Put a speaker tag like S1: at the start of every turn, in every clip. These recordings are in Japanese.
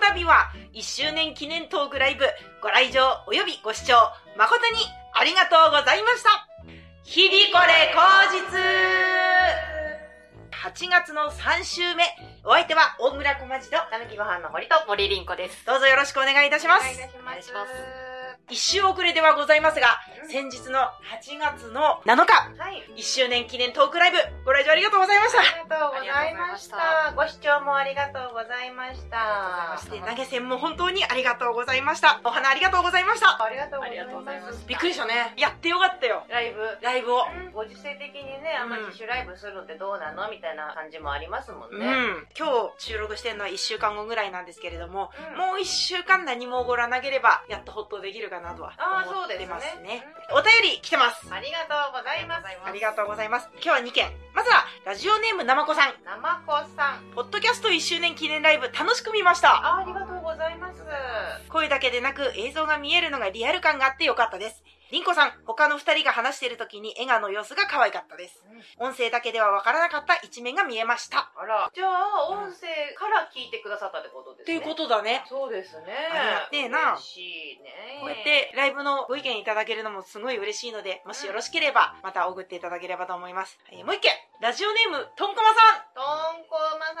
S1: ラビは1周年記念トークライブご来場およびご視聴誠にありがとうございました日々これ口実8月の3週目お相手は大村小町と
S2: たぬきご飯の堀と森凛子です。
S1: どうぞよろしくお願いいたします
S2: お願いいたします
S3: お願いし
S1: 1週遅れではございますが
S2: うん
S1: 先日の8月の7日
S2: はい。
S1: 1周年記念トークライブご来場ありがとうございました
S2: ありがとうございました。ご視聴もありがとうございました。
S3: ありがとうございまし
S1: で投げ銭も本当にありがとうございましたお花ありがとうございました
S2: ありがとうござい
S3: ありがとうござい
S2: ま
S3: ますす。
S1: びっくりしたねやってよかったよ
S2: ライブ。
S1: ライブを
S2: ご時世的にね、あんまり自主ライブするのってどうなのみたいな感じもありますもん
S1: う
S2: ね。
S1: ん、今日収録してるのは1週間後ぐらいなんですけれども、
S2: うん
S1: もう1週間何も起こらなければやっとほっとできるかなとは
S2: あー
S1: 思っ
S2: そうで
S1: て
S2: すね
S1: ますね
S2: う
S1: お便り来てます
S2: ありがとうございます。
S1: ありがとうございます今日は2件まずはラジオネームなまこさん
S2: なまこさん。
S1: ポッドキャスト1周年記念ライブ楽しく見ました
S2: あありがとうございます。
S1: 声だけでなく映像が見えるのがリアル感があってよかったですりんこさん他の2人が話してる時に笑顔の様子が可愛かったです音声だけではわからなかった一面が見えました
S2: あら。じゃあ、音声から聞いてくださったってことですね。
S1: ということだね
S2: そうですね。
S1: ありがてえな
S2: 嬉しいね。
S1: こうやってライブのご意見いただけるのもすごい嬉しいのでもしよろしければまた送っていただければと思います、はい、もう一件ラジオネームとんこまさん
S2: とんこまさん。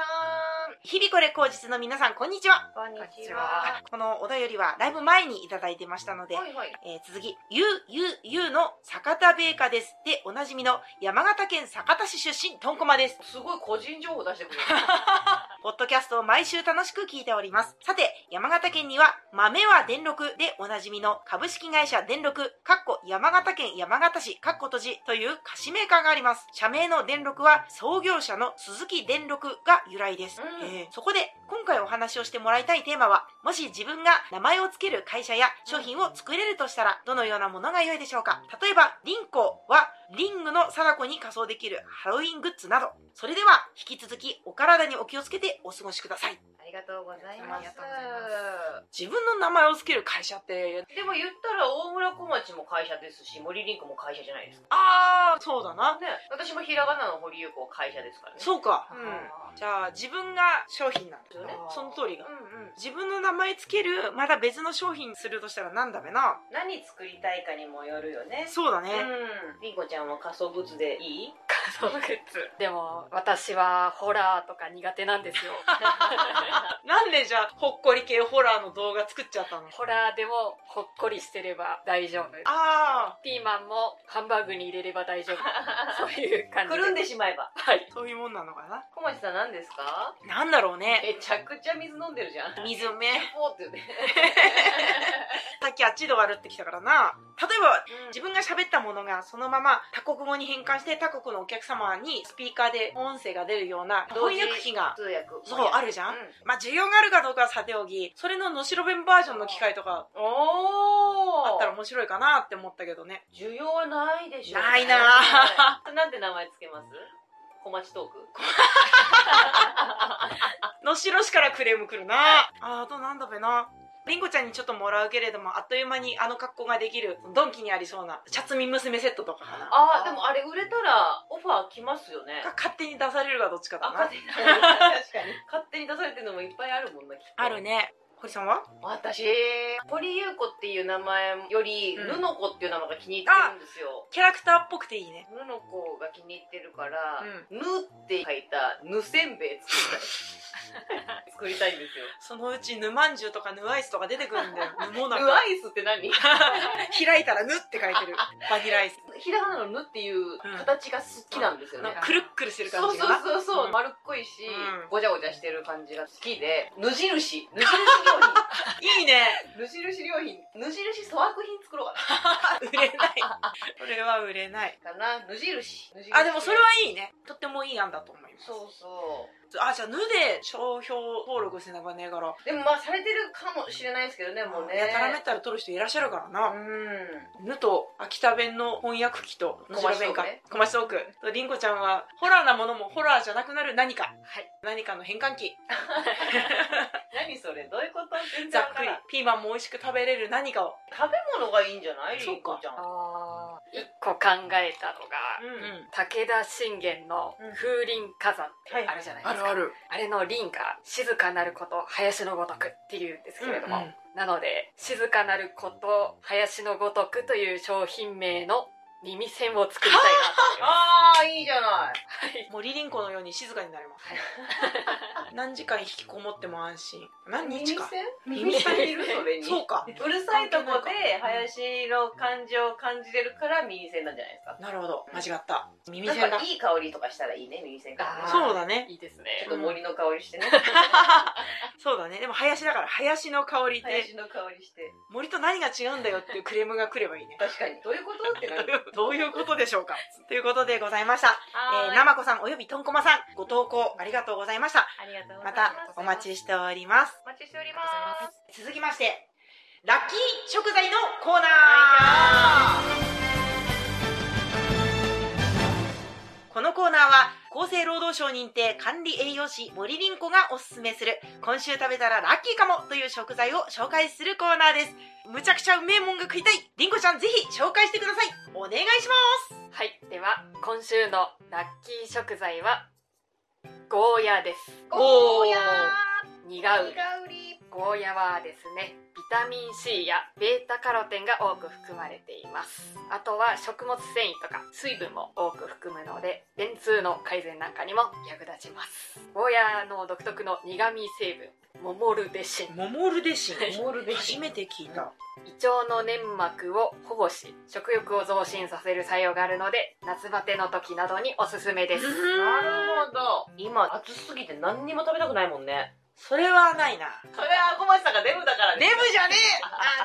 S1: 日々これ口実の皆さんこんにちは
S2: こんに
S3: ちは
S1: このお便りはライブ前にいただいてましたので、
S2: はいはい。
S1: えー続き、ゆう、ゆう、ゆうの酒田米花です。で、おなじみの山形県酒田市出身、とんこまです。
S2: すごい個人情報出して くれる。
S1: ポッドキャストを毎週楽しく聞いております。さて、山形県には、豆は電力でおなじみの株式会社電力、かっこ山形県山形市、かっこ閉じという菓子メーカーがあります。社名の電力は創業者の鈴木電力が由来です。
S2: うん
S1: えーそこで、今回お話をしてもらいたいテーマは、もし自分が名前を付ける会社や商品を作れるとしたら、どのようなものが良いでしょうか例えば、リンコは、リングの貞子に仮装できるハロウィングッズなど。それでは、引き続き、お体にお気をつけてお過ごしください。
S2: ありがとうございま
S3: ありが
S2: す
S3: とうござい。
S1: 自分の名前を付ける会社って、
S2: でも言ったら大村小町も会社ですし、森林子も会社じゃないですか。
S1: あー、そうだな。
S2: ね、私もひらがなの堀優子は会社ですからね。う。
S1: そうか。
S2: う
S1: じゃあ、自分が商品なんだよね
S3: あ。ー
S1: その通りだ。
S2: んうん。
S1: 自分の名前つける、まだ別の商品するとしたらなんだべな。
S2: 何作りたいかにもよるよね。
S1: そうだ
S2: う
S1: ね。
S2: ん。りんこちゃんは仮想グッズでいい
S3: そのグッ ズ。でも、私はホラーとか苦手な んですよ。
S1: なんでじゃあ、ほっこり系ホラーの動画作っちゃったの
S3: ホラーでもほっこりしてれば大丈夫。
S1: あ
S3: ピーマンもハンバーグに入れれば大丈夫。そういう感じ
S2: くるんでしまえば。
S3: はい。
S1: ー、そういうもんなのかな。
S2: 小町さん何ですか
S1: なんだろう ね。
S2: めちゃくちゃ水飲んでるじゃん。
S1: 水目。
S2: ポーって言って。
S1: さっきあっちで笑ってきたからな。例えば、自分が喋ったものがそのまま他国語に変換して他国のお客様にスピーカーで音声が出るような翻訳機が
S2: 通訳。
S1: そうあるじゃん
S2: う
S1: まあ需要があるかどうかはさておきそれののしろ弁バージョンの機会とか
S2: おー
S1: あったら面白いかなって思ったけどね
S2: 需要はないでしょうね、
S1: ないな
S2: ぁなんて名前つけます小町トーク
S1: のしろしからクレームくるなあーあとなんだべなりんごちゃんにちょっともらうけれどもあっという間にあの格好ができるドンキにありそうなシャツ見娘セットとかかな
S2: ああでもあれ売れたらオファー来ますよね
S1: が勝手に出されるがどっちかだ
S2: あ
S1: な
S2: 勝手に確かに 勝手に出されてるのもいっぱいあるもんなきっと
S1: あるね堀さんは
S2: 私堀優子っていう名前より、
S1: うん
S2: ぬのこっていう名前が気に入ってるんですよ
S1: キャラクターっぽくていいね
S2: ぬのこが気に入ってるから「ぬ」って書いたぬせんべい作りた い作りたいんですよ
S1: そのうちぬまんじゅうとかぬアイスとか出てくるん だよぬもな
S2: ぬ
S1: か
S2: アイスって何
S1: 開いたらぬって書いてるバニラアイス
S2: ひらがなの「ぬ」っていう形が好きなんですよね、
S1: なんかくるっくるしてる
S2: そ
S1: 感
S2: う
S1: じ
S2: そ
S1: が
S2: う
S1: な
S2: そうそう、
S1: うん
S2: 丸っこいし、
S1: うん
S2: ごちゃごちゃしてる感じが好きで無印無印 良
S1: いいね
S2: 品無印良品無印粗悪品作ろうか
S1: 売 れないこれは売れない
S2: なかな無印無印
S1: あでもそれはいいねとってもいい案だと思います
S2: そうそう
S1: あじゃあぬで商標登録せなばねえから
S2: でもまあされてるかもしれないですけどねもうね
S1: やたらめったら取る人いらっしゃるからな、
S2: う
S1: ぬと秋田弁の翻訳機と
S2: 小町トークね
S1: 弁か小町トークとりんこちゃんはホラーなものもホラーじゃなくなる何か
S3: はい。
S1: 何かの変換器
S2: 何それどういうこと全
S1: ざ
S2: 然
S1: っ
S2: わか
S1: くり
S2: らん
S1: ピーマンも美味しく食べれる何かを
S2: 食べ物がいいんじゃない
S1: そうか
S2: りんこちゃん
S3: あ一個考えたのが、
S1: うん
S2: うん
S3: 武田信玄の風林火山ってあるじゃないですか、
S2: ある
S3: あれの林が静かなること林のごとくっていうんですけれども、
S1: うんうん
S3: なので静かなること林のごとくという商品名の耳栓を作りたいなと思いま
S2: ああいいじゃない
S1: 森林湖のように静かになれます 何時間引きこもっても安心何日か
S2: 耳栓耳栓いるそれに
S1: そうか
S2: うるさいとこで林の感じを感じれるから耳栓なんじゃないですか
S1: なるほど間違った耳
S2: な
S1: 栓
S2: ん
S1: が
S2: かいい香りとかしたらいいね耳栓から
S3: あー
S1: そうだ
S3: す
S1: ね
S3: いいです
S2: ちょ
S3: ね
S2: っと森の香りしてね
S1: そうだねでも林だから林の香りで
S2: 林の香りして
S1: 森と何が違うんだよっていうクレームが来ればいいね
S2: 確かにどういうことってなる
S1: どういうことでしょうかということでございましたえー、なまこさんおよびとんこまさんご投稿ありがとうございました
S2: ありがとうござ
S1: ま
S2: い
S1: た
S2: ます
S1: お待ちしております
S2: お待ちしております
S1: 続きましてラッキー食材のコーナーこのコーナーは厚生労働省認定管理栄養士森凛子がおすすめする今週食べたらラッキーかもという食材を紹介するコーナーですむちゃくちゃうめえもんが食いたい凛子ちゃんぜひ紹介してくださいお願いします
S3: はいでは今週のラッキー食材はゴーヤです
S1: おー
S2: や
S3: 苦
S2: ー
S3: う
S2: 香り
S3: ゴーヤはですねビタミン C やベータカロテンが多く含まれていますあとは食物繊維とか水分も多く含むので便通の改善なんかにも役立ちますゴーヤの独特の苦味成分モモルデシン
S1: モモルデシン
S2: モルベ
S1: 初めて聞いた
S3: 胃腸の粘膜を保護し食欲を増進させる作用があるので夏バテの時などにおすすめです
S2: なるほど今暑すぎて何にも食べたくないもんね
S1: それはないな
S2: それは小町さんがデブだから
S1: デブじゃね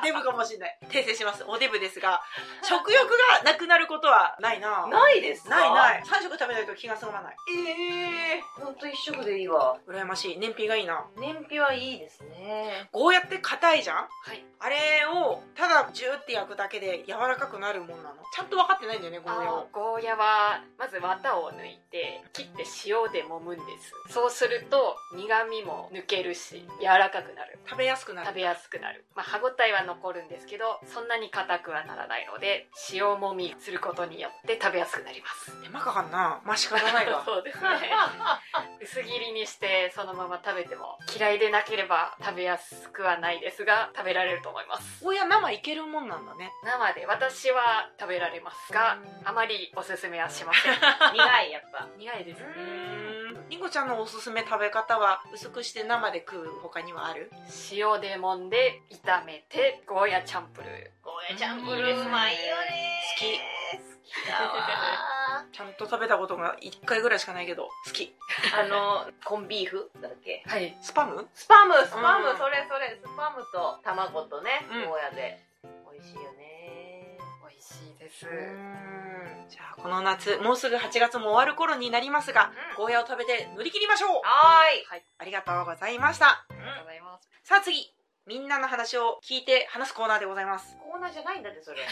S1: えあデブかもしれない訂正しますおデブですが食欲がなくなることはないなない
S2: ないですか
S1: ない
S2: い
S1: 3食食べないと気が済まない
S2: ええー、ほんと一食でいいわ
S1: 羨ましい燃費がいいな
S2: 燃費はいいですね
S1: ゴーヤって硬いじゃん
S3: はい
S1: あれをただジューって焼くだけで柔らかくなるもんなのちゃんと分かってないんだよねゴーヤ
S3: あ
S1: を
S3: ーゴーヤはまず綿を抜いて切って塩で揉むんですそうすると苦味も抜けるし柔らかくなる
S1: 食べやすくな
S3: 食
S1: る
S3: べやすくなる、まあ、歯ごたえは残るんですけどそんなに硬くはならないので塩揉みすることによって食べやすくなります
S1: 手間かかんなまあ仕方ないわ
S3: そうですね薄切りにしてそのまま食べても嫌いでなければ食べやすくはないですが食べられると思います
S1: ゴーヤ生いけるもんなんだね
S3: 生で私は食べられますがあまりおすすめはしません
S2: 苦いやっ ぱ
S3: 苦いですね
S1: りんごちゃんのおすすめ食べ方は薄くして生で食う他にはある
S3: 塩で揉んで炒めてゴーヤチャンプルー
S2: ゴーヤチャンプルーうまいよね
S1: 好
S2: き好きだわ
S1: ちゃんと食べたことが1回ぐらいしかないけど好き
S2: あのコンビーフだっけ
S3: はい
S1: スパム
S2: スパムスパム、
S1: うん
S2: それそれスパムと卵とね
S1: うん
S2: ゴーヤで美味しいよね
S3: 美味しいです、
S1: じゃあこの夏もうすぐ8月も終わる頃になりますが
S2: うん
S1: ゴーヤを食べて乗り切りましょう
S2: はーい
S3: はい
S1: ありがとうございました
S3: ありがとうございます
S1: さあ次みんなの話を聞いて話すコーナーでございます
S2: コーナーじゃないんだって それや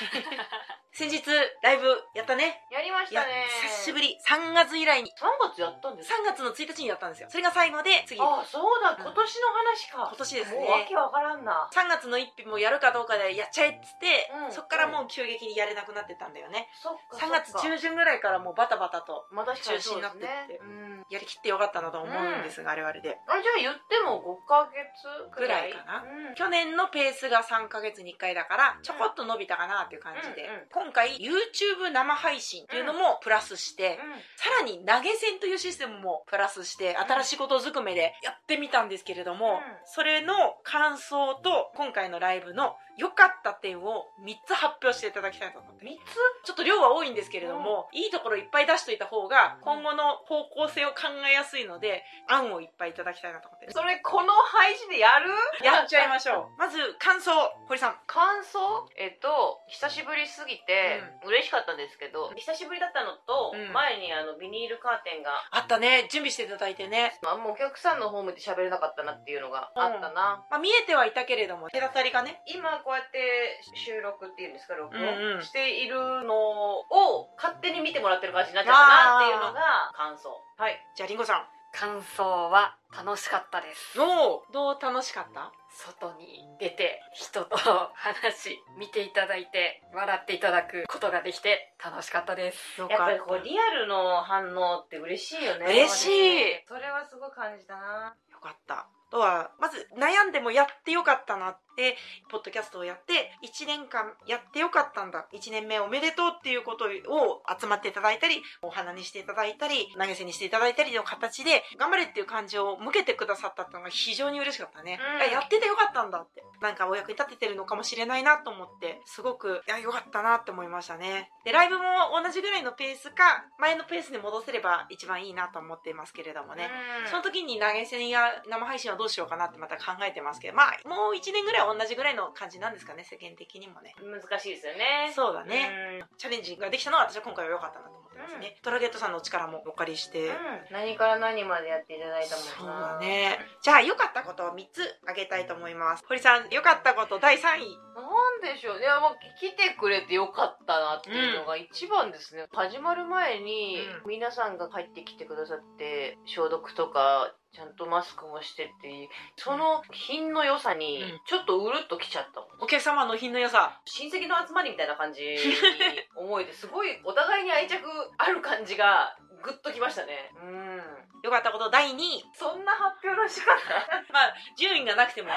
S1: 先日ライブやったね
S2: りまし
S1: や
S2: たね
S1: 久しぶ
S2: り
S1: り3月以来に
S2: 3月やったんですか
S1: 3月の1日にやったんですよそれが最後で次今
S2: ああそうだ今年の話か
S1: 年ですね
S2: もうわけわからんな
S1: 3月の1日もやるかどうかでやっちゃえっつって、
S2: うん
S1: そっからもう急激にやれなくなってたんだよね
S2: そっか
S1: 3月
S2: そっか
S1: 中旬ぐらいからもうバタバタと
S2: まあ確かにそうですね
S1: 中止になってって
S2: うん
S1: やりきってよかったなと思うんですが、我々で
S2: あじゃあ言っても5ヶ月くらい
S1: ぐらいかな
S2: うん
S1: 去年のペースが3ヶ月に1回だからちょこっと伸びたかなっていう感じで、
S2: うんうん
S1: 今回 YouTube 生配信っていうのもプラスして、
S2: うん
S1: さらに投げ銭というシステムもプラスして新しいことずくめでやってみたんですけれども、
S2: うん
S1: それの感想と今回のライブの良かった点を3つ発表していただきたいと思って
S2: 3
S1: ちょっと量は多いんですけれども、いいところいっぱい出しといた方が今後の方向性を考えやすいので案をいっぱいいただきたいなと思って
S2: つそれこの配信でやる
S1: やっちゃいましょう。 まず感想、堀さん。
S2: 感想えっと久しぶりすぎて嬉しかったんですけど、久しぶりだったのと、
S1: うん
S2: 前にあのビニールカーテンが
S1: あったね、準備していただいてね。
S2: まあもうお客さんのホームで喋れなかったなっていうのがあったな、
S1: まあ見えてはいたけれども、隔たりがね。
S2: 今こうやって収録っていうんですか録
S1: うんうん
S2: 音しているのを勝手に見てもらってる感じになっちゃったなっていうのが感想はい
S1: じゃあ、りんごさん。
S3: 感想は楽しかったです
S1: おーどう楽しかった
S3: 外に出て人と話し見ていただいて笑っていただくことができて楽しかったです
S1: よ
S2: やっ
S1: か
S2: ぱ
S1: っ
S2: りこうリアルの反応って嬉しいよね
S1: 嬉しい
S2: それはすごい感じたな
S1: たよかったあとはまず悩んでもやってよかったなってポッドキャストをやって1年間やってよかったんだ1年目おめでとうっていうことを集まっていただいたりお花にしていただいたり投げ銭にしていただいたりの形で頑張れっていう感情を向けてくださったっていうのが非常に嬉しかったね、
S2: う
S1: あ
S2: ん
S1: やっててよかったんだってなんかお役に立ててるのかもしれないなと思ってすごくいやよかったなって思いましたねでライブも同じぐらいのペースか前のペースに戻せれば一番いいなと思っていますけれどもね、
S2: うん
S1: その時に投げ銭や生配信はどうしようかなってまた考えてますけどまあもう1年ぐらいは同じぐらいの感じなんですかね世間的にもね
S2: 難しいですよね
S1: そうだ
S2: う
S1: ね、
S2: ん
S1: チャレンジができたのは私は今回は良かったなと思ってますね、トラゲットさんのお力もお借りして、
S2: うん何から何までやっていただいたもんな
S1: そうだねじゃあ良かったことを3つあげたいと思います堀さん良かったこと第3位
S2: なんでしょうねもう来てくれてよかったなっていうのが一番ですね、始まる前に
S1: う
S2: 皆さんが入ってきてくださって消毒とかちゃんとマスクもしてっていうその品の良さに
S1: うん
S2: ちょっとうるっときちゃったもん、
S1: お客様の品の良さ
S2: 親戚の集まりみたいな感じ に思えてすごいお互いに愛着ある感じがグッときましたねうん
S1: 良かったこと第2位
S2: そんな発表の仕方
S1: まあ順位がなくてもね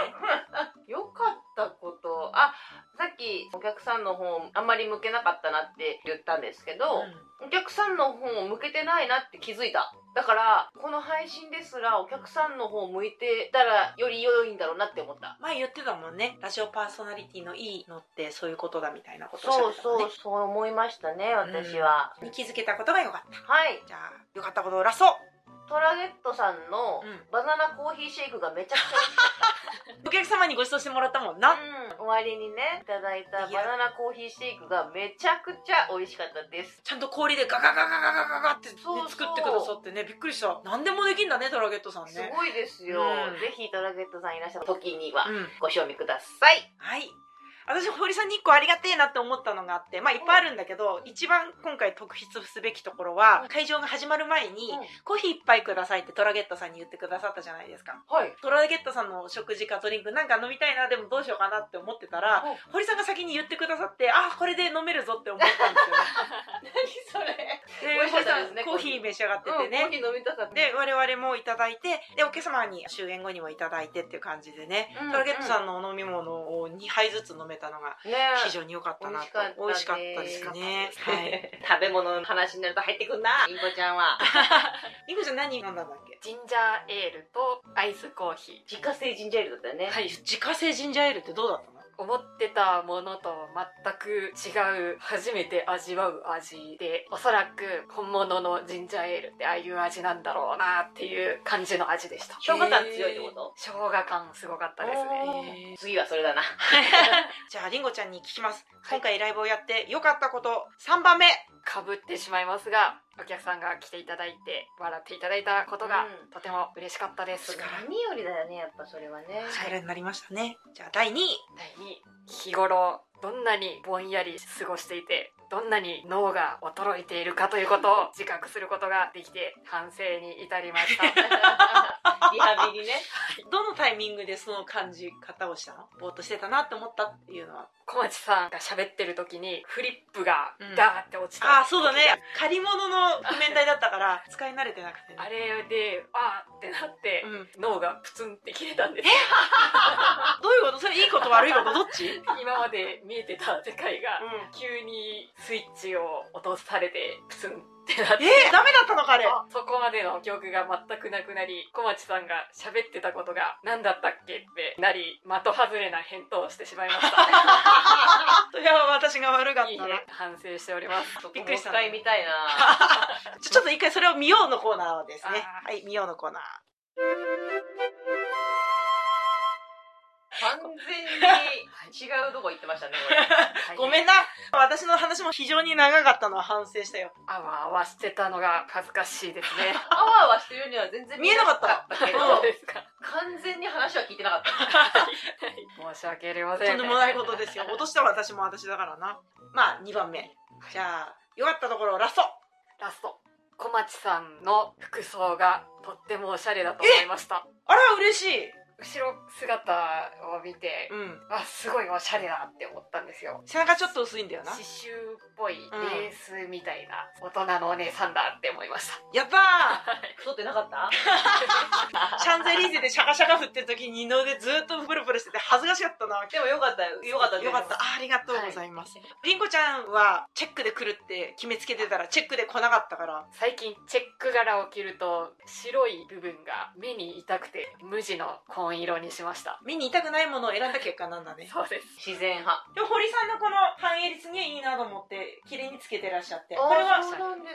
S2: よかったことあさっきお客さんの方あんまり向けなかったなって言ったんですけど、お客さんの方を向けてないなって気づいただからこの配信ですらお客さんの方を向いてたらより良いんだろうなって思った
S1: 前言ってたもんねラジオパーソナリティのいいのってそういうことだみたいなことをおっしゃっ
S2: そう
S1: てたもんね
S2: そうそう思いましたね私は、
S1: に気づけたことが良かった
S2: はい
S1: じゃあ良かったことをラスト
S2: トラゲットさんの
S1: うん
S2: バナナコーヒーシェイクがめちゃくちゃ
S1: お客様にご馳走してもらったもんな、
S2: うん、終わりにねいただいたバナナコーヒーシェイクがめちゃくちゃ美味しかったです
S1: ちゃんと氷でガガガガガガガガってね、
S2: そうそう
S1: 作ってくださってねびっくりした何でもできんだねトラゲットさんね
S2: すごいですよ、
S1: うん
S2: ぜひトラゲットさんいらっしゃった時には
S1: うん
S2: ご賞味ください
S1: はい私堀さんに1個ありがてえなって思ったのがあってまあいっぱいあるんだけど一番今回特筆すべきところは会場が始まる前に
S2: うん
S1: 「コーヒー一杯ください」ってトラゲットさんに言ってくださったじゃないですか
S2: はい
S1: トラゲットさんの食事かドリンクなんか飲みたいなでもどうしようかなって思ってたら
S2: うん
S1: 堀さんが先に言ってくださってああこれで飲めるぞって思ったんですよね
S2: 何そ
S1: で
S2: れ美味し
S1: 堀さ
S2: かった
S1: ん
S2: ですね
S1: コーヒー召し上がって
S2: う
S1: て
S2: んコ
S1: ね、
S2: ーヒー飲みたかった
S1: で我々もいただいてでお客様に終演後にもいただいてっていう感じでね、
S2: うん
S1: ターゲットさんのお飲み物を2杯ずつ飲めたのが
S2: ね
S1: 非常に良かったなと
S2: 美味しかった
S1: 美味しかったですね
S2: です
S1: はい
S2: 食べ物の話になると入ってくんなインコちゃんは
S1: りこちゃん何飲んだんだっけ
S3: ジンジャーエールとアイスコーヒ
S2: 自家製ジンジャーエールだったよね、
S3: ーはい
S1: 自家製ジンジャーエールってどうだったの
S3: 思ってたものと全く違う初めて味わう味でおそらく本物のジンジャーエールってああいう味なんだろうなっていう感じの味でした
S2: 生姜感強いってこと
S3: 生姜感すごかったですね
S1: えー
S2: 次はそれだな
S1: じゃありんごちゃんに聞きます
S3: はい
S1: 今回ライブをやって良かったこと3番目
S3: かぶってしまいますがお客さんが来ていただいて笑っていただいたことが
S2: うん
S3: とても嬉しかったです、
S2: 何よりだよねやっぱそれはね
S1: 力になりましたねじゃあ第2位
S3: 第二位日頃どんなにぼんやり過ごしていてどんなに脳が衰えているかということを自覚することができて反省に至りま した
S2: リハビリね
S1: どのタイミングでその感じ方をしたのぼーっとしてたなって思ったっていうのは
S3: 小町さんが喋ってる時にフリップが
S1: うん
S3: ダーって落ちた、
S1: ああそうだね借り物の譜面台だったから使い慣れてなくてね
S3: あれであーってなって、
S1: うん
S3: 脳がプツンって切れたんです
S1: どういうことそれいいこと悪いことどっち、
S3: 今まで見えてた世界が 急にスイッチを落とされてプツンってなって
S1: えダメだったのかあれ
S3: そこまでの記憶が全くなくなり小町さんが喋ってたことが何だったっけってなり的外れな返答をしてしまい ました
S1: それは私が悪かっ
S3: いい
S1: た
S3: ね
S1: な
S3: 反省しております
S2: そこ
S1: びっ
S2: も
S1: く
S2: う
S1: り
S2: 一
S1: した
S2: 回見たいな
S1: ちょちょっと一回それを見ようのコーナーですね
S3: あー
S1: はい見ようのコーナー
S2: 完全に違うとこ行ってましたねこれ
S1: ごめん
S3: な
S1: な私の話も非常に長かったのは反省したよ
S3: あわあわしてたのが恥ずかしいです ね
S2: あわあわしてるには全然
S1: 見えなかった
S2: 見えな
S3: ど
S2: か
S3: う
S2: ったけど
S3: ですか
S2: 完全に話は聞いてなか った
S3: 申し訳ありませ ん
S1: とんでもないことですよ落としたら私も私だからなまあ2番目じゃあよかったところラスト
S3: ラスト小町さんの服装がとってもおしゃれだと思いました
S1: あら嬉しい
S3: 後ろ姿を見て、
S1: うん
S3: あすごいおしゃれだって思ったんですよ
S1: 背中ちょっと薄いんだよな
S3: 刺繍っぽいレースみたいな大人のお姉さんだって思いました、
S1: やったー
S2: 太ってなかった
S1: シャンゼリーゼでシャカシャカ振ってる時に二の腕ずーっとプルプルしてて恥ずかしかったな。
S2: でもよかったよ。よかったです
S1: よかった。あありがとうございます。りんごちゃんはチェックで来るって決めつけてたらチェックで来なかったから。
S3: 最近チェック柄を着ると白い部分が目に痛くて無地の紺色にしました
S1: 目に痛くないものを選んだ結果なんだね。
S3: そうです
S2: 自然派。
S1: でも堀さんのこの反映率にはいいなと思って綺麗につけてらっしゃって。こ
S2: こ
S1: れ
S2: れ
S1: は
S2: は、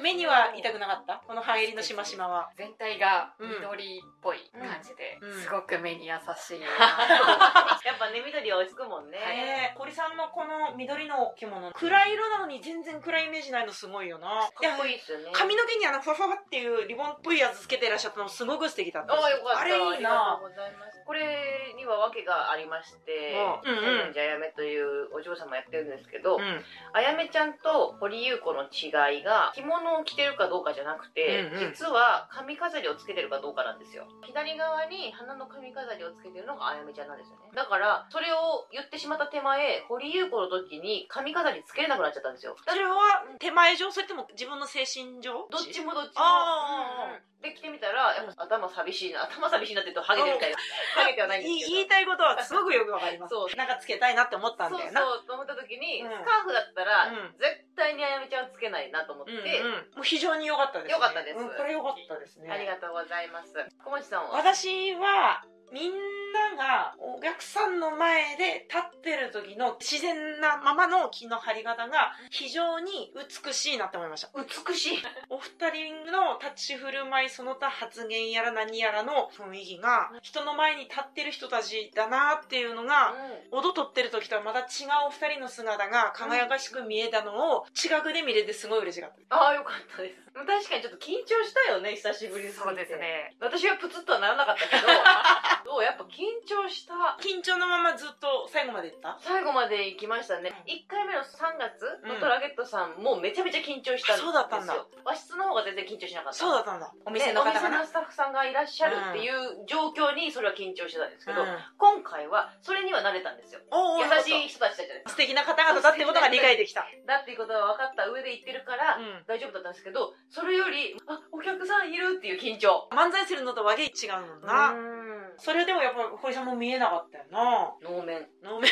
S1: 目には痛くなかったこの半襟のしましまは。
S3: 全体が緑っぽい感じで、
S1: うんうん
S3: すごく目に優しいな
S2: やっぱね、緑は落ち着くもんね。
S1: ねえ堀さんのこの緑の着物暗い色なのに全然暗いイメージないのすごいよな
S2: かっこいいっすよね。
S1: 髪の毛にあのふわふわっていうリボンっぽいやつつけてらっしゃったのすごく素敵だった
S2: ああ、よかった。
S1: あれいい
S2: あ
S1: な
S2: りがとうございます。これには訳がありまして、
S1: うんうんうん
S2: じゃあやめというお嬢様やってるんですけど、
S1: うん
S2: あやめちゃんと堀優子の違いが着物を着てるかどうかじゃなくて、
S1: うんうん
S2: 実は髪飾りをつけてるかどうかなんですよ左側に花の髪飾りをつけてるのがあやめちゃんなんですよねだからそれを言ってしまった手前堀優子の時に髪飾りつけれなくなっちゃったんですよだ
S1: それは手前上それとも自分の精神上
S2: どっち
S1: も
S2: もどっちも
S1: あー
S2: うんうんで着てみたらやっぱ頭寂しいな頭寂しいなって言うとハゲてるみたいなハゲてはないんですけど
S1: 言いたいことはすごくよくわかります
S2: そう
S1: なんかつけたいなって思ったん
S2: そう
S1: だ
S2: そ
S1: よな
S2: うと思った時に、
S1: うん
S2: スカーフだったら、
S1: うん
S2: 絶対にあやめちゃんはつけないなと思って、
S1: うんうん、もう非常に良かったです、ね、
S2: 良かったです
S1: うんこれ良かったですね
S2: ありがとうございます小町さんは
S1: 私はみんながお客さんの前で立ってる時の自然なままの気の張り方が非常に美しいなって思いました
S2: 美しい
S1: お二人の立ち振る舞いその他発言やら何やらの雰囲気が人の前に立ってる人たちだなっていうのが踊とってる時とはまた違うお二人の姿が輝かしく見えたのを近くで見れてすごい嬉しかった
S2: ああよかったです確かにちょっと緊張したよね久しぶりすぎて
S3: そうですね
S2: 私はプツッとはならなかったけど どうやっぱ緊張した
S1: 緊張のままずっと最後までいった
S2: 最後まで行きましたね1回目の3月のトラゲットさん、もうめちゃめちゃ緊張したんですよ
S1: あそうだったんだ
S2: 和室の方が全然緊張しなかった
S1: そうだったんだお
S2: お
S1: 店
S2: 店
S1: の
S2: の
S1: 方が
S2: お店
S1: な
S2: のスタッフさんがいらっしゃるっていう状況にそれは緊張してたんですけど、
S1: うん
S2: 今回はそれには慣れたんですよ
S1: おーおー
S2: 優
S1: よかった
S2: しい人たちだじゃないです
S1: 素
S2: か
S1: 敵な方々だってことが理解できた
S2: だっていうことは分かった上で言ってるから、
S1: うん
S2: 大丈夫だったんですけどそれよりあお客さんいるっていう緊張
S1: 漫才するのとわけ違うもんな
S2: うん
S1: それでもやっぱ堀さんも見えなかったよな
S2: 能面
S1: 飲め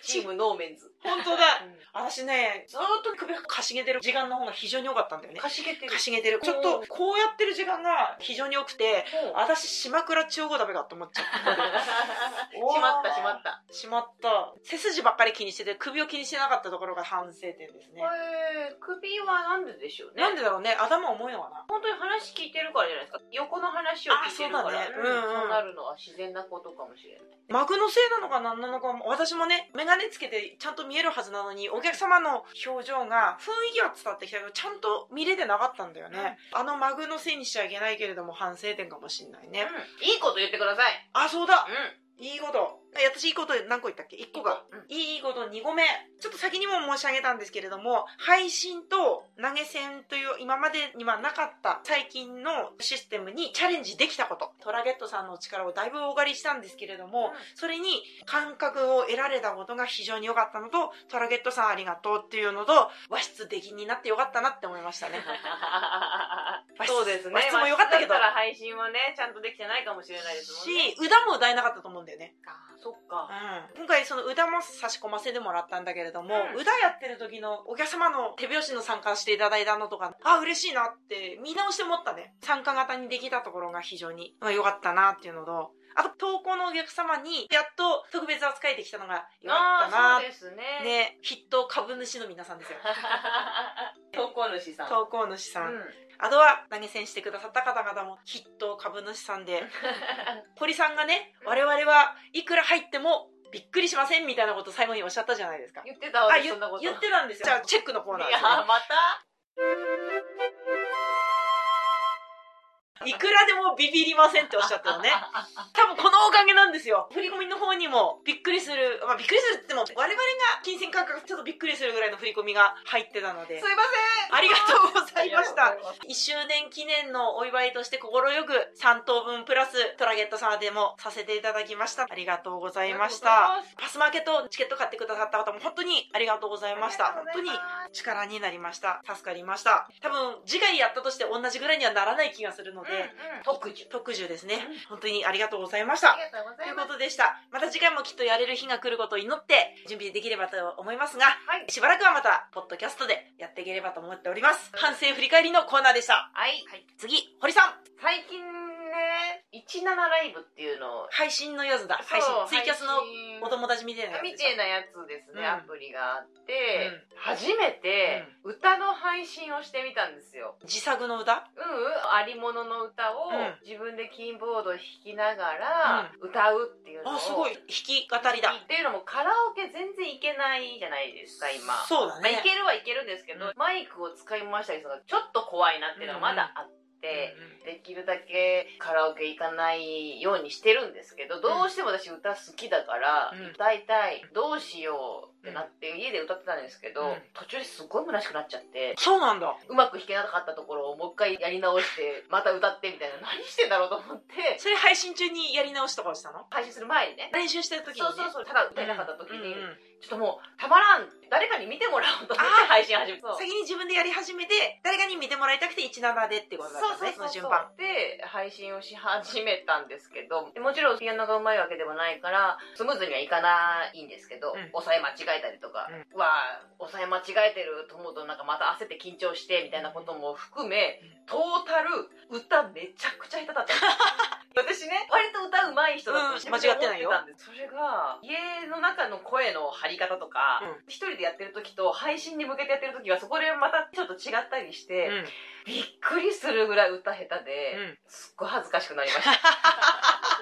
S2: チーム能面図、
S1: 本 当だ私ねずーっと首かしげてる時間の方が非常に多かったんだよね
S2: かしげてる
S1: かしげてるちょっとこうやってる時間が非常に多く て
S2: あ
S1: 私島倉千代子だべかと思っちゃっ
S2: しまったしまった
S1: たしまった背筋ばっかり気にしてて首を気にしてなかったところが反省点ですね
S2: えー首はなんででしょうね
S1: なんでだろうね頭重いのかな
S2: 本当に話聞いてるからじゃないですか横の話を聞いてるか
S1: あ
S2: ら
S1: そうだねうんうん
S2: そうなるのは自然なことかもしれない
S1: 幕のせいなのか何なのか私もね眼鏡つけてちゃんと見えるはずなのにお客様の表情が雰囲気は伝わってきたけどちゃんと見れてなかったんだよね、あの幕のせいにしちゃいけないけれども反省点かもしんないね、
S2: うんいいこと言ってください。
S1: あそうだ
S2: う
S1: いいことえ私いいこと何個言ったっけ1個が
S2: うん
S1: いいこと2個目ちょっと先にも申し上げたんですけれども配信と投げ銭という今までにはなかった最近のシステムにチャレンジできたことトラゲットさんのお力をだいぶお借りしたんですけれども、
S2: うん
S1: それに感覚を得られたことが非常に良かったのとトラゲットさんありがとうっていうのと和室出禁になって良かったなって思いましたね
S2: ん。そうです ね。
S1: 和室も良かったけど
S2: 和室だら配信はね、ちゃんとできてないかもしれないですもんね。
S1: し歌も歌えなかったと思うんだよね
S2: そっか。
S1: うん今回その歌も差し込ませてもらったんだけれども、
S2: うん
S1: 歌やってる時のお客様の手拍子の参加していただいたのとかあ嬉しいなって見直して思ったね参加型にできたところが非常にうん良かったなっていうのとあと投稿のお客様にやっと特別扱いできたのが良かった
S2: ああ、
S1: な
S2: そうですね。
S1: ね筆頭株主の皆さんですよ
S2: 投稿主さん。
S1: 投稿主さん、
S2: うん
S1: あとは投げ銭してくださった方々も筆頭株主さんで堀さんがね我々はいくら入ってもびっくりしませんみたいなことを最後におっしゃったじゃないですか
S2: 言ってた
S1: あ
S2: わ、
S1: 言
S2: そんなこと。
S1: 言ってたんですよじゃあチェックのコーナー
S2: い
S1: です、
S2: や
S1: ね、
S2: また
S1: いくらでもビビりませんっておっしゃったの ね。多分このおかげなんですよ。振り込みの方にもびっくりする、まあびっくりするって言っても、我々が金銭感覚ちょっとびっくりするぐらいの振り込みが入ってたので、
S2: いません
S1: ありがとうございまし
S2: あ
S1: た
S2: り。がとうございます
S1: 1周年記念のお祝いとして快く3等分プラストラゲット様でもさせていただきました。ありがとうございました。パスマーケットチケット買ってくださった方も本当にありがとうございました。本当に力になりました。助かりました。多分次回やったとして同じぐらいにはならない気がするので、
S2: 特需
S1: 特需ですね。本当にありがとうございまし
S2: あ
S1: た。
S2: りがとうご
S1: と
S2: ざ
S1: い
S2: いうま
S1: こ
S2: す
S1: とでした。また次回もきっとやれる日が来ることを祈って準備できればと思いますが、
S2: はい
S1: しばらくはまた、ポッドキャストでやっていければと思っております。反省振り返りのコーナーでした。
S2: はい
S1: 次、堀さん
S2: 最近ね17ライブっていうのを
S1: 配信のやつだ。配信
S2: そう。
S1: ツイキャスの
S2: 配信
S1: お友達みたいなやつでしょ。
S2: みたいなやつです
S1: う
S2: ね、
S1: ん
S2: アプリがあって、初めて歌の配信をしてみたんですよ。
S1: 自作の歌
S2: うんうん、ありものの歌を
S1: うん
S2: 自分でキーボード弾きながら歌うっていうのを、
S1: あ、すごい。弾き語りだ。
S2: っていうのもカラオケ全然行けないじゃないですか、今。
S1: そうだ
S2: まあ、い
S1: ね。
S2: けるはいけるんですけど、
S1: うん
S2: マイクを使い回したりするのがちょっと怖いなっていうのはまだあって、できるだけカラオケ行かないようにしてるんですけどどうしても私歌好きだから、
S1: うん
S2: 歌いたいどうしようってなって家で歌ってたんですけど、
S1: うん
S2: 途中ですごい虚しくなっちゃって。
S1: そうなんだ。
S2: うまく弾けなかったところをもう一回やり直して、また歌ってみたいな、何してんだろうと思って、
S1: それ配信中にやり直しとかをしたの
S2: 配信する前にね。
S1: 練習してる時に、ね。
S2: そうそうそう、ただ歌えなかった時に、
S1: うんうんうん
S2: ちょっともう、たまらん誰かに見てもらおうと思って配信始めた。そう
S1: 先に自分でやり始めて、誰かに見てもらいたくて17でってことだったんですね、その順番。
S2: で配信をし始めたんですけどでもちろんピアノがうまいわけでもないからスムーズにはいかないんですけど、
S1: うん
S2: 押さえ間違えたりとか、うわあ押さえ間違えてると思うとなんかまた焦って緊張してみたいなことも含めトータル歌めちゃくちゃ下手だったんです私ね割と歌うまい人だ
S1: うん
S2: と
S1: 間違ってないよ
S2: 思たんですそれが家の中の声の張り方とか
S1: う
S2: 一、人でやってる時と配信に向けてやってる時はそこでまたちょっと違ったりして、
S1: うん
S2: びっくりするぐらい歌下手
S1: う
S2: で、
S1: ん
S2: すっごい恥ずかしくなりました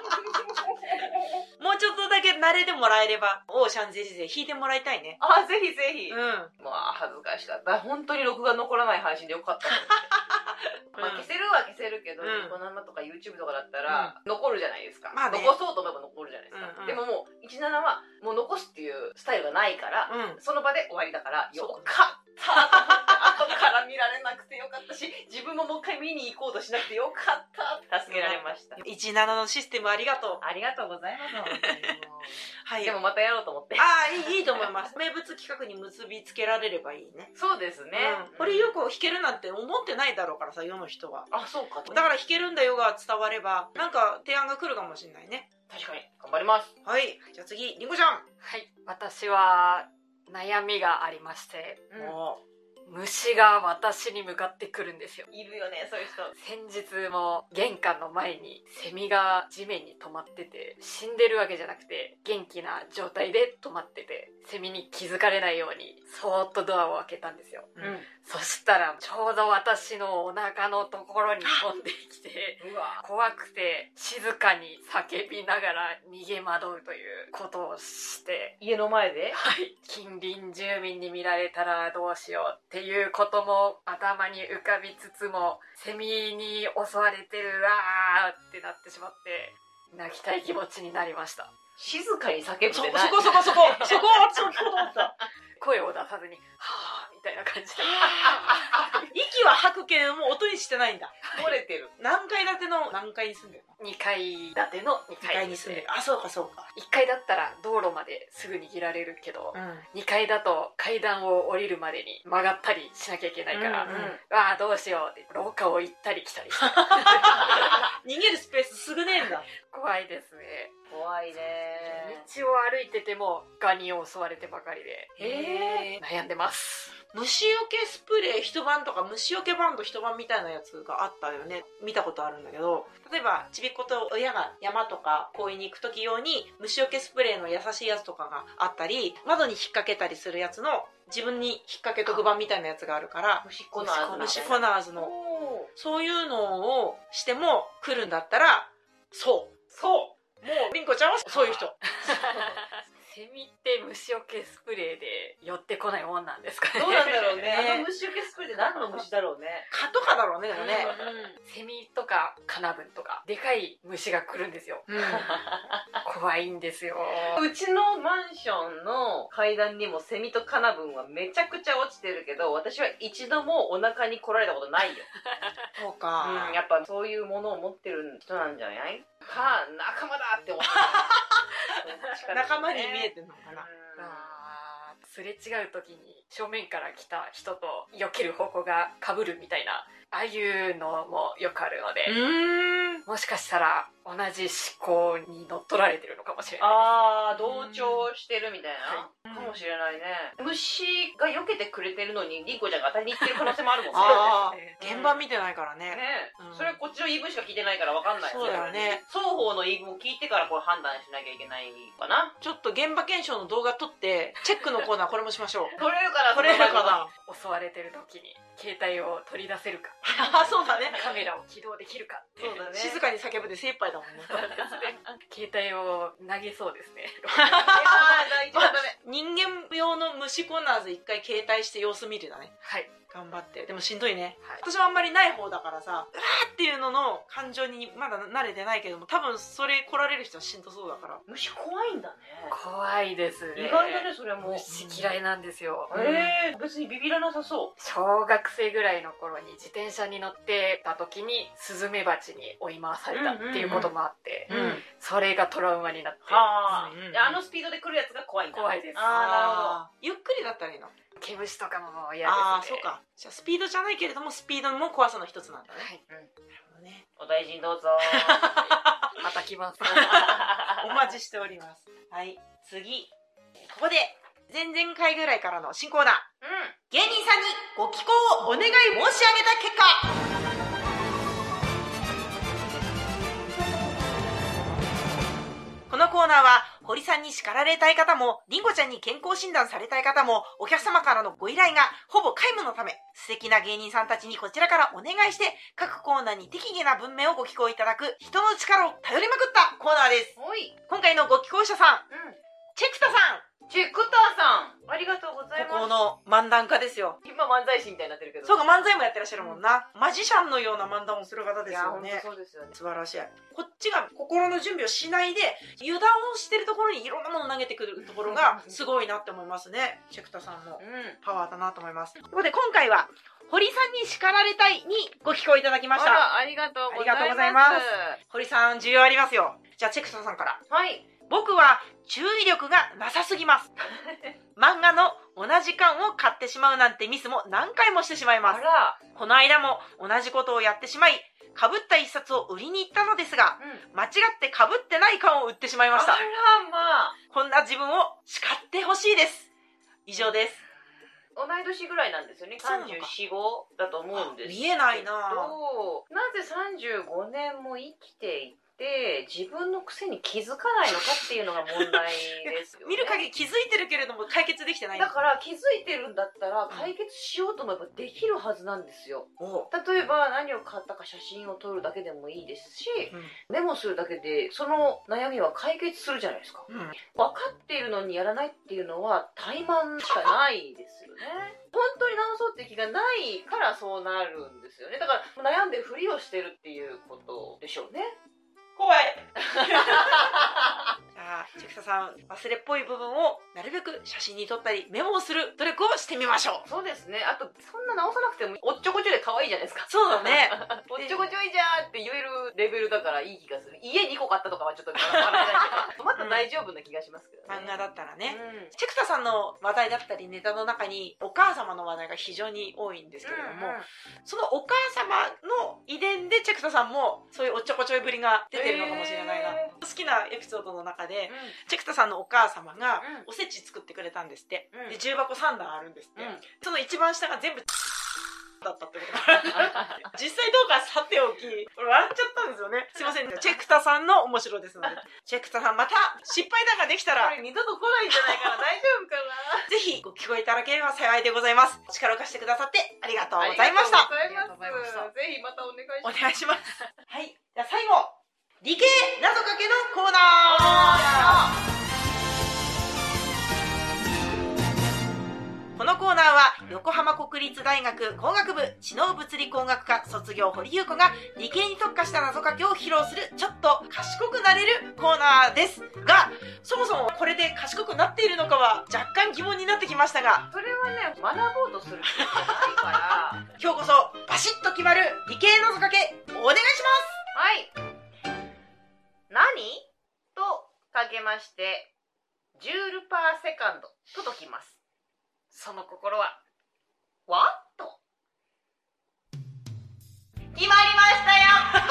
S1: もうちょっとだけ慣れてもらえれば、オーシャンゼリゼ弾いてもらいたいね。
S2: あぜひぜひ、
S1: うん。
S2: まあ恥ずかしかった本当に録画残らない配信でよかったと思って、まあ、消せるは消せるけど、
S1: うん
S2: ニコ生とか YouTube とかだったら、残るじゃないですか、
S1: まあね
S2: 残そうと思えば残るじゃないですか、
S1: うんうん
S2: でももう17はもう残すっていうスタイルがないから、
S1: うん。
S2: その場で終わりだからよ
S1: そう
S2: かったと思って後から見られなくてよかったし自分ももう一回見に行こうとしなくてよかった助けられました
S1: 17のシステムありがとう。
S2: ありがとうございます。
S1: はい。
S2: でもまたやろうと思って。
S1: ああ、いい、いいと思います。名物企画に結びつけられればいいね。
S2: そうですね
S1: うん。これよく弾けるなんて思ってないだろうからさ、世の人は。
S2: あ、そうか。
S1: だ
S2: だ
S1: か
S2: か
S1: ら
S2: ら
S1: 弾けるんだよが伝われば、なんか提案が来るかもしれないね。
S2: 確かに頑張ります。
S1: はい。じゃあ次、りんごちゃん。
S3: はい私は悩みがありまして
S1: も
S3: 虫が私に向かってくるんですよ
S2: いるよね、そういう人。
S3: 先日も玄関の前にセミが地面に止まってて死んでるわけじゃなくて元気な状態で止まっててセミに気づかれないようにそーっとドアを開けたんですよ
S1: う、
S3: そしたらちょうど私のお腹のところに飛んできて
S2: うわ。
S3: 怖くて静かに叫びながら逃げ惑うということをして
S2: 家の前で。
S3: はい、 近隣住民に見られたらどうしようっていうことも頭に浮かびつつもセミに襲われてるわーってなってしまって泣きたい気持ちになりました
S2: 静かに叫ぶって
S1: そ、そ
S2: ない。
S1: こそ こそこ、そこは私も聞こうと思ってた。
S3: 声を出さずに「はーみたいな感 じで
S1: 息は吐くけれども音にしてないんだ。
S2: 漏れてる。
S1: 何階建ての何階に住んでるの
S3: 2階建ての2
S1: ?2 階
S3: 階
S1: に
S3: に
S1: 住
S3: 住
S1: ん
S3: ん
S1: で
S3: で
S1: る。あ、そうかそうか。
S3: 1階だったら道路まですぐ逃げられるけど
S1: うん。
S3: 2階だと階段を降りるまでに曲がったりしなきゃいけないから、
S1: う
S3: うんわあどうしようって廊下を行ったり来たりして
S1: 逃げるスペースすぐねえんだ。
S3: 怖いですね
S2: 怖いね。
S3: 道を歩いててもガニを襲われてばかりで
S1: へ
S3: 悩んでます
S1: 虫除けスプレー一晩とか虫除けバンド一晩みたいなやつがあったよね見たことあるんだけど例えばちびっ子と親が山とか公園に行く時用に虫除けスプレーの優しいやつとかがあったり窓に引っ掛けたりするやつの自分に引っ掛け特番みたいなやつがあるから
S2: 虫粉の味
S1: 虫
S2: の
S1: コナーズのそういうのをしても来るんだったらそう
S2: そう。
S1: もうりんこちゃんはそういう人
S3: セ セミって虫除けスプレーで寄ってこないもんなんですかね
S2: どうなんだろう
S1: ね
S2: ね。あの虫除けスプレーって何の虫だろうね。
S1: 蚊とかだろうねでもね、
S3: セミとかカナブンとかでかい虫が来るんですよ
S1: うん
S3: 怖いんですよ
S2: うちのマンションの階段にもセミとカナブンはめちゃくちゃ落ちてるけど、私は一度もお腹に来られたことないよ。
S1: そうか、
S2: うん、やっぱそういうものを持ってる人なんじゃないか、仲間だって思って る
S1: 仲間に見えてるのかな、
S3: あーすれ違う時に正面から来た人と避ける方向がかぶるみたいなああいうのもよくあるので、
S1: うん
S3: もしかしたら同じ思考に乗っ取られてるのかもしれな
S2: ああ
S3: い
S2: ー同調してるみたいな、
S1: うん
S2: かもしれないね虫が避けてくれてるのにりんこちゃんが当たりに行ってる可能性もあるもんね
S1: あ
S3: ね
S1: あ現場見てないからね
S2: ね
S1: うん
S2: それはこっちの言い分しか聞いてないから分かんない
S1: そうだよね
S2: それ双方の言い分を聞いてからこれ判断しなきゃいけないかな
S1: ちょっと現場検証の動画撮 ってチェックのコーナーこれもしましょう
S2: 取れるかな
S1: 撮れるか
S2: その場合は
S1: な
S3: 襲われてる時に携帯を取り出せるか
S1: あ そうだね
S3: カメラを起動できるかって
S2: そうだね
S1: 静かに叫ぶで精一杯だもんね
S3: 携帯を投げそう ですね
S2: あー大丈夫だね
S1: 人間用の虫コーナーズ一回携帯して様子見るだね
S3: はい
S1: 頑張ってでもしんどいね
S3: はい
S1: 私はあんまりない方だからさうわーっていうのの感情にまだ慣れてないけども多分それ来られる人はしんどそうだから
S2: 虫怖いんだね
S3: 怖いですね
S2: 意外だねそれも
S3: 虫嫌いなんですよ、
S2: えー、別にビビらなさそう
S3: 小学生ぐらいの頃に自転車に乗ってた時にスズメバチに追い回されたっていうこともあって、
S1: うん
S3: それがトラウマになって
S2: はあ、
S1: うんうん
S2: であのスピードで来るやつが怖いんだ
S3: 怖いです
S1: あ
S2: あ
S1: ーゆっくりだったらいいの
S3: 毛虫とかももう嫌ですね
S1: ああーそうかじゃあスピードじゃないけれどもスピードも怖さの一つなんだね
S3: はい
S1: なるほどね
S2: ーなるほどお大事にどう ぞ
S3: また来 ます
S1: お待ちしておりますはい次ここで前々回ぐらいからの新コーナー
S2: う
S1: 芸人さんにご寄稿をお願い申し上げた結果このコーナーは堀さんに叱られたい方もりんごちゃんに健康診断されたい方もお客様からのご依頼がほぼ皆無のため素敵な芸人さんたちにこちらからお願いして各コーナーに適宜な文明をご寄稿いただく人の力を頼りまくったコーナーです
S2: んおい、
S1: 今回のご寄稿者さん
S2: う
S1: チェクタさん
S2: ん、チェクターさんありがとうござい
S1: ここ
S2: ま
S1: の漫
S2: す
S1: 談家ですよ
S2: 今漫才師みたいになってるけど
S1: そうか漫才もやってらっしゃるもんな、マジシャンのような漫談をする方で
S2: い
S1: す
S2: や
S1: よ
S2: 本
S1: ね
S2: 当そうですよね
S1: 素晴らしいこっちが心の準備をしないで油断をしてるところにいろんなものを投げてくるところがすごいなって思いますねチェクタさんも
S2: うん
S1: パワーだなと思いますということで今回は堀さんに叱られたいにご寄稿いただきまし
S2: あ
S1: た
S2: らありがとうご
S1: ありがとうござ
S2: ざ
S1: い
S2: い
S1: ま
S2: ます
S1: 堀さん需要ありますよじゃあチェクタさんから
S2: はい
S1: 僕は注意力がなさすぎます 漫画の同じ巻を買ってしまうなんてミスも何回もしてしまいます
S2: あら、
S1: この間も同じことをやってしまい、被った一冊を売りに行ったのですが、
S2: うん、
S1: 間違って被ってない缶を売ってしまい
S2: あ
S1: ました。
S2: らまあ
S1: こんな自分を叱ってほしいです。以上です。
S2: 同い年ぐらいなんですよね
S1: そうなのか
S2: 34、5だと思うんですけど
S1: 見えないな
S2: なぜ35年も生きていて自分の癖に気づかないのかっていうのが問題ですよね
S1: 見る限り気づいてるけれども解決できてない
S2: だから気づいてるんだったら解決しようと思えばできるはずなんですよ
S1: おう
S2: 例えば何を買ったか写真を撮るだけでもいいですし
S1: うん
S2: メモするだけでその悩みは解決するじゃないですか
S1: うん
S2: 分かっているのにやらないっていうのは怠慢しかないですよね本当に直そうって気がないからそうなるんですよねだから悩んでふりをしてるっていうことでしょうね
S1: 怖い じゃあ千草さん忘れっぽい部分をなるべく写真に撮ったりメモをする努力をしてみましょう
S2: そうですねあとそんな直さなくてもおっちょこちょで可愛いじゃないですか
S1: そうだね
S2: おっちょこちょいじゃーって言えるレベルだからいい気がする家2個買ったとかはちょっと笑えないけどまた大丈夫な気がしますけどね
S1: 漫画だったらね、
S2: うん
S1: チェクタさんの話題だったりネタの中にお母様の話題が非常に多いんですけれども、
S2: うんうん
S1: そのお母様の遺伝でチェクタさんもそういうおっちょこちょいぶりが出てるのかもしれないな、
S2: へ
S1: 好きなエピソードの中で
S2: うん
S1: チェクタさんのお母様が
S2: うん
S1: おせち作ってくれたんですって、
S2: うん
S1: で重箱3段あるんですって、
S2: うん
S1: その一番下が全部 だったってこと が実際どうかさておき俺笑っちゃったんですよねすいませんチェクタさんの面白ですのでチェクタさんまた失敗談ができたら
S2: これ二度と来ないんじゃないかな大丈夫かな
S1: ぜひご聞こえいただければ幸いでございます。力を貸してくださってありがとうございました。
S2: ありがとうございま
S3: ありがとうございま
S2: し
S3: した
S2: た。ぜひまたお願いし
S1: お
S2: ます。
S1: 願いします。はい。じゃあ最後、理系謎かけのコーナー横浜国立大学工学部知能物理工学科卒業堀優子が理系に特化した謎かけを披露するちょっと賢くなれるコーナーですがそもそもこれで賢くなっているのかは若干疑問になってきましたが
S2: それはね学ぼうとする人じゃないから
S1: 今日こそバシッと決まる理系謎かけお願いします
S2: はい何とかけましてジュールパーセカンドと解きます
S3: その心は
S2: わっと決まりましたよ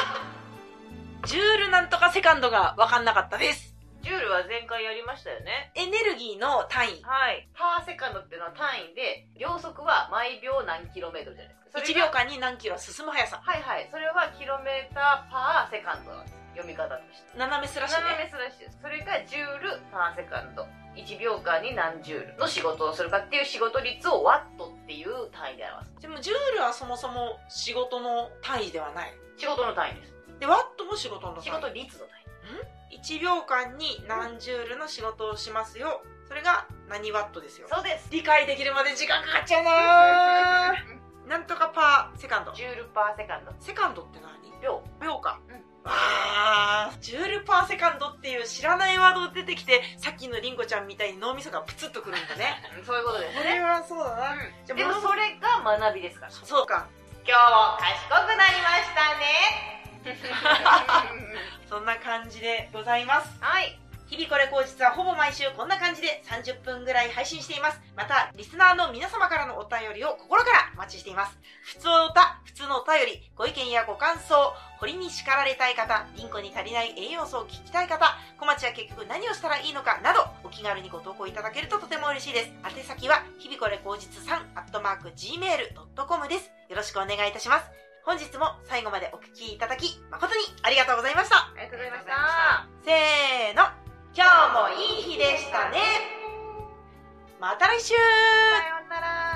S1: ジュールなんとかセカンドが分かんなかったです
S2: ジュールは前回やりましたよね
S1: エネルギーの単位
S2: はいパーセカンドっていうのは単位で秒速は毎秒何キロメートルじゃないですか
S1: 1
S2: それが
S1: 秒間に何キロ進む速さ
S2: はいはいそれはキロメーターパーセカンドなんです読み方として
S1: 斜めすらしね
S2: 斜めスラッシュですそれがジュールパーセカンド1秒間に何ジュールの仕事をするかっていう仕事率をワットっていう単位で表す
S1: でもジュールはそもそも仕事の単位ではない
S2: 仕事の単位です
S1: でワットも仕事の単位
S2: 仕事率の単位
S1: 1秒間に何ジュールの仕事をしますよそれが何ワットですよ
S2: そうです
S1: 理解できるまで時間かかっちゃうなー なんとかパーセカンド
S2: ジュールパーセカンド
S1: セカンドって何
S2: 秒
S1: 秒か、
S2: うん
S1: あージュールパーセカンドっていう知らないワード出てきてさっきのりんごちゃんみたいに脳みそがプツッとくるんだね
S2: そう いうことです
S1: これ
S2: ね
S1: はそうだなじゃあ
S2: でもそれが学びですから
S1: そうか
S2: 今日も賢くなりましたね
S1: そんな感じでございます
S2: はい
S1: 日々これ口実はほぼ毎週こんな感じで30分ぐらい配信しています。また、リスナーの皆様からのお便りを心からお待ちしています。普通の歌、普通のお便り、ご意見やご感想、堀に叱られたい方、リンコに足りない栄養素を聞きたい方、小町は結局何をしたらいいのかなど、お気軽にご投稿いただけるととても嬉しいです。宛先は、日々これ口実さん、アットマーク gmail.com です。よろしくお願いいたします。本日も最後までお聞きいただき、誠にありがとうございました。
S2: ありがとうございまし
S3: ありがとうございました
S1: せー
S2: た
S1: の今日もいい日でしたねまた来週
S2: さようなら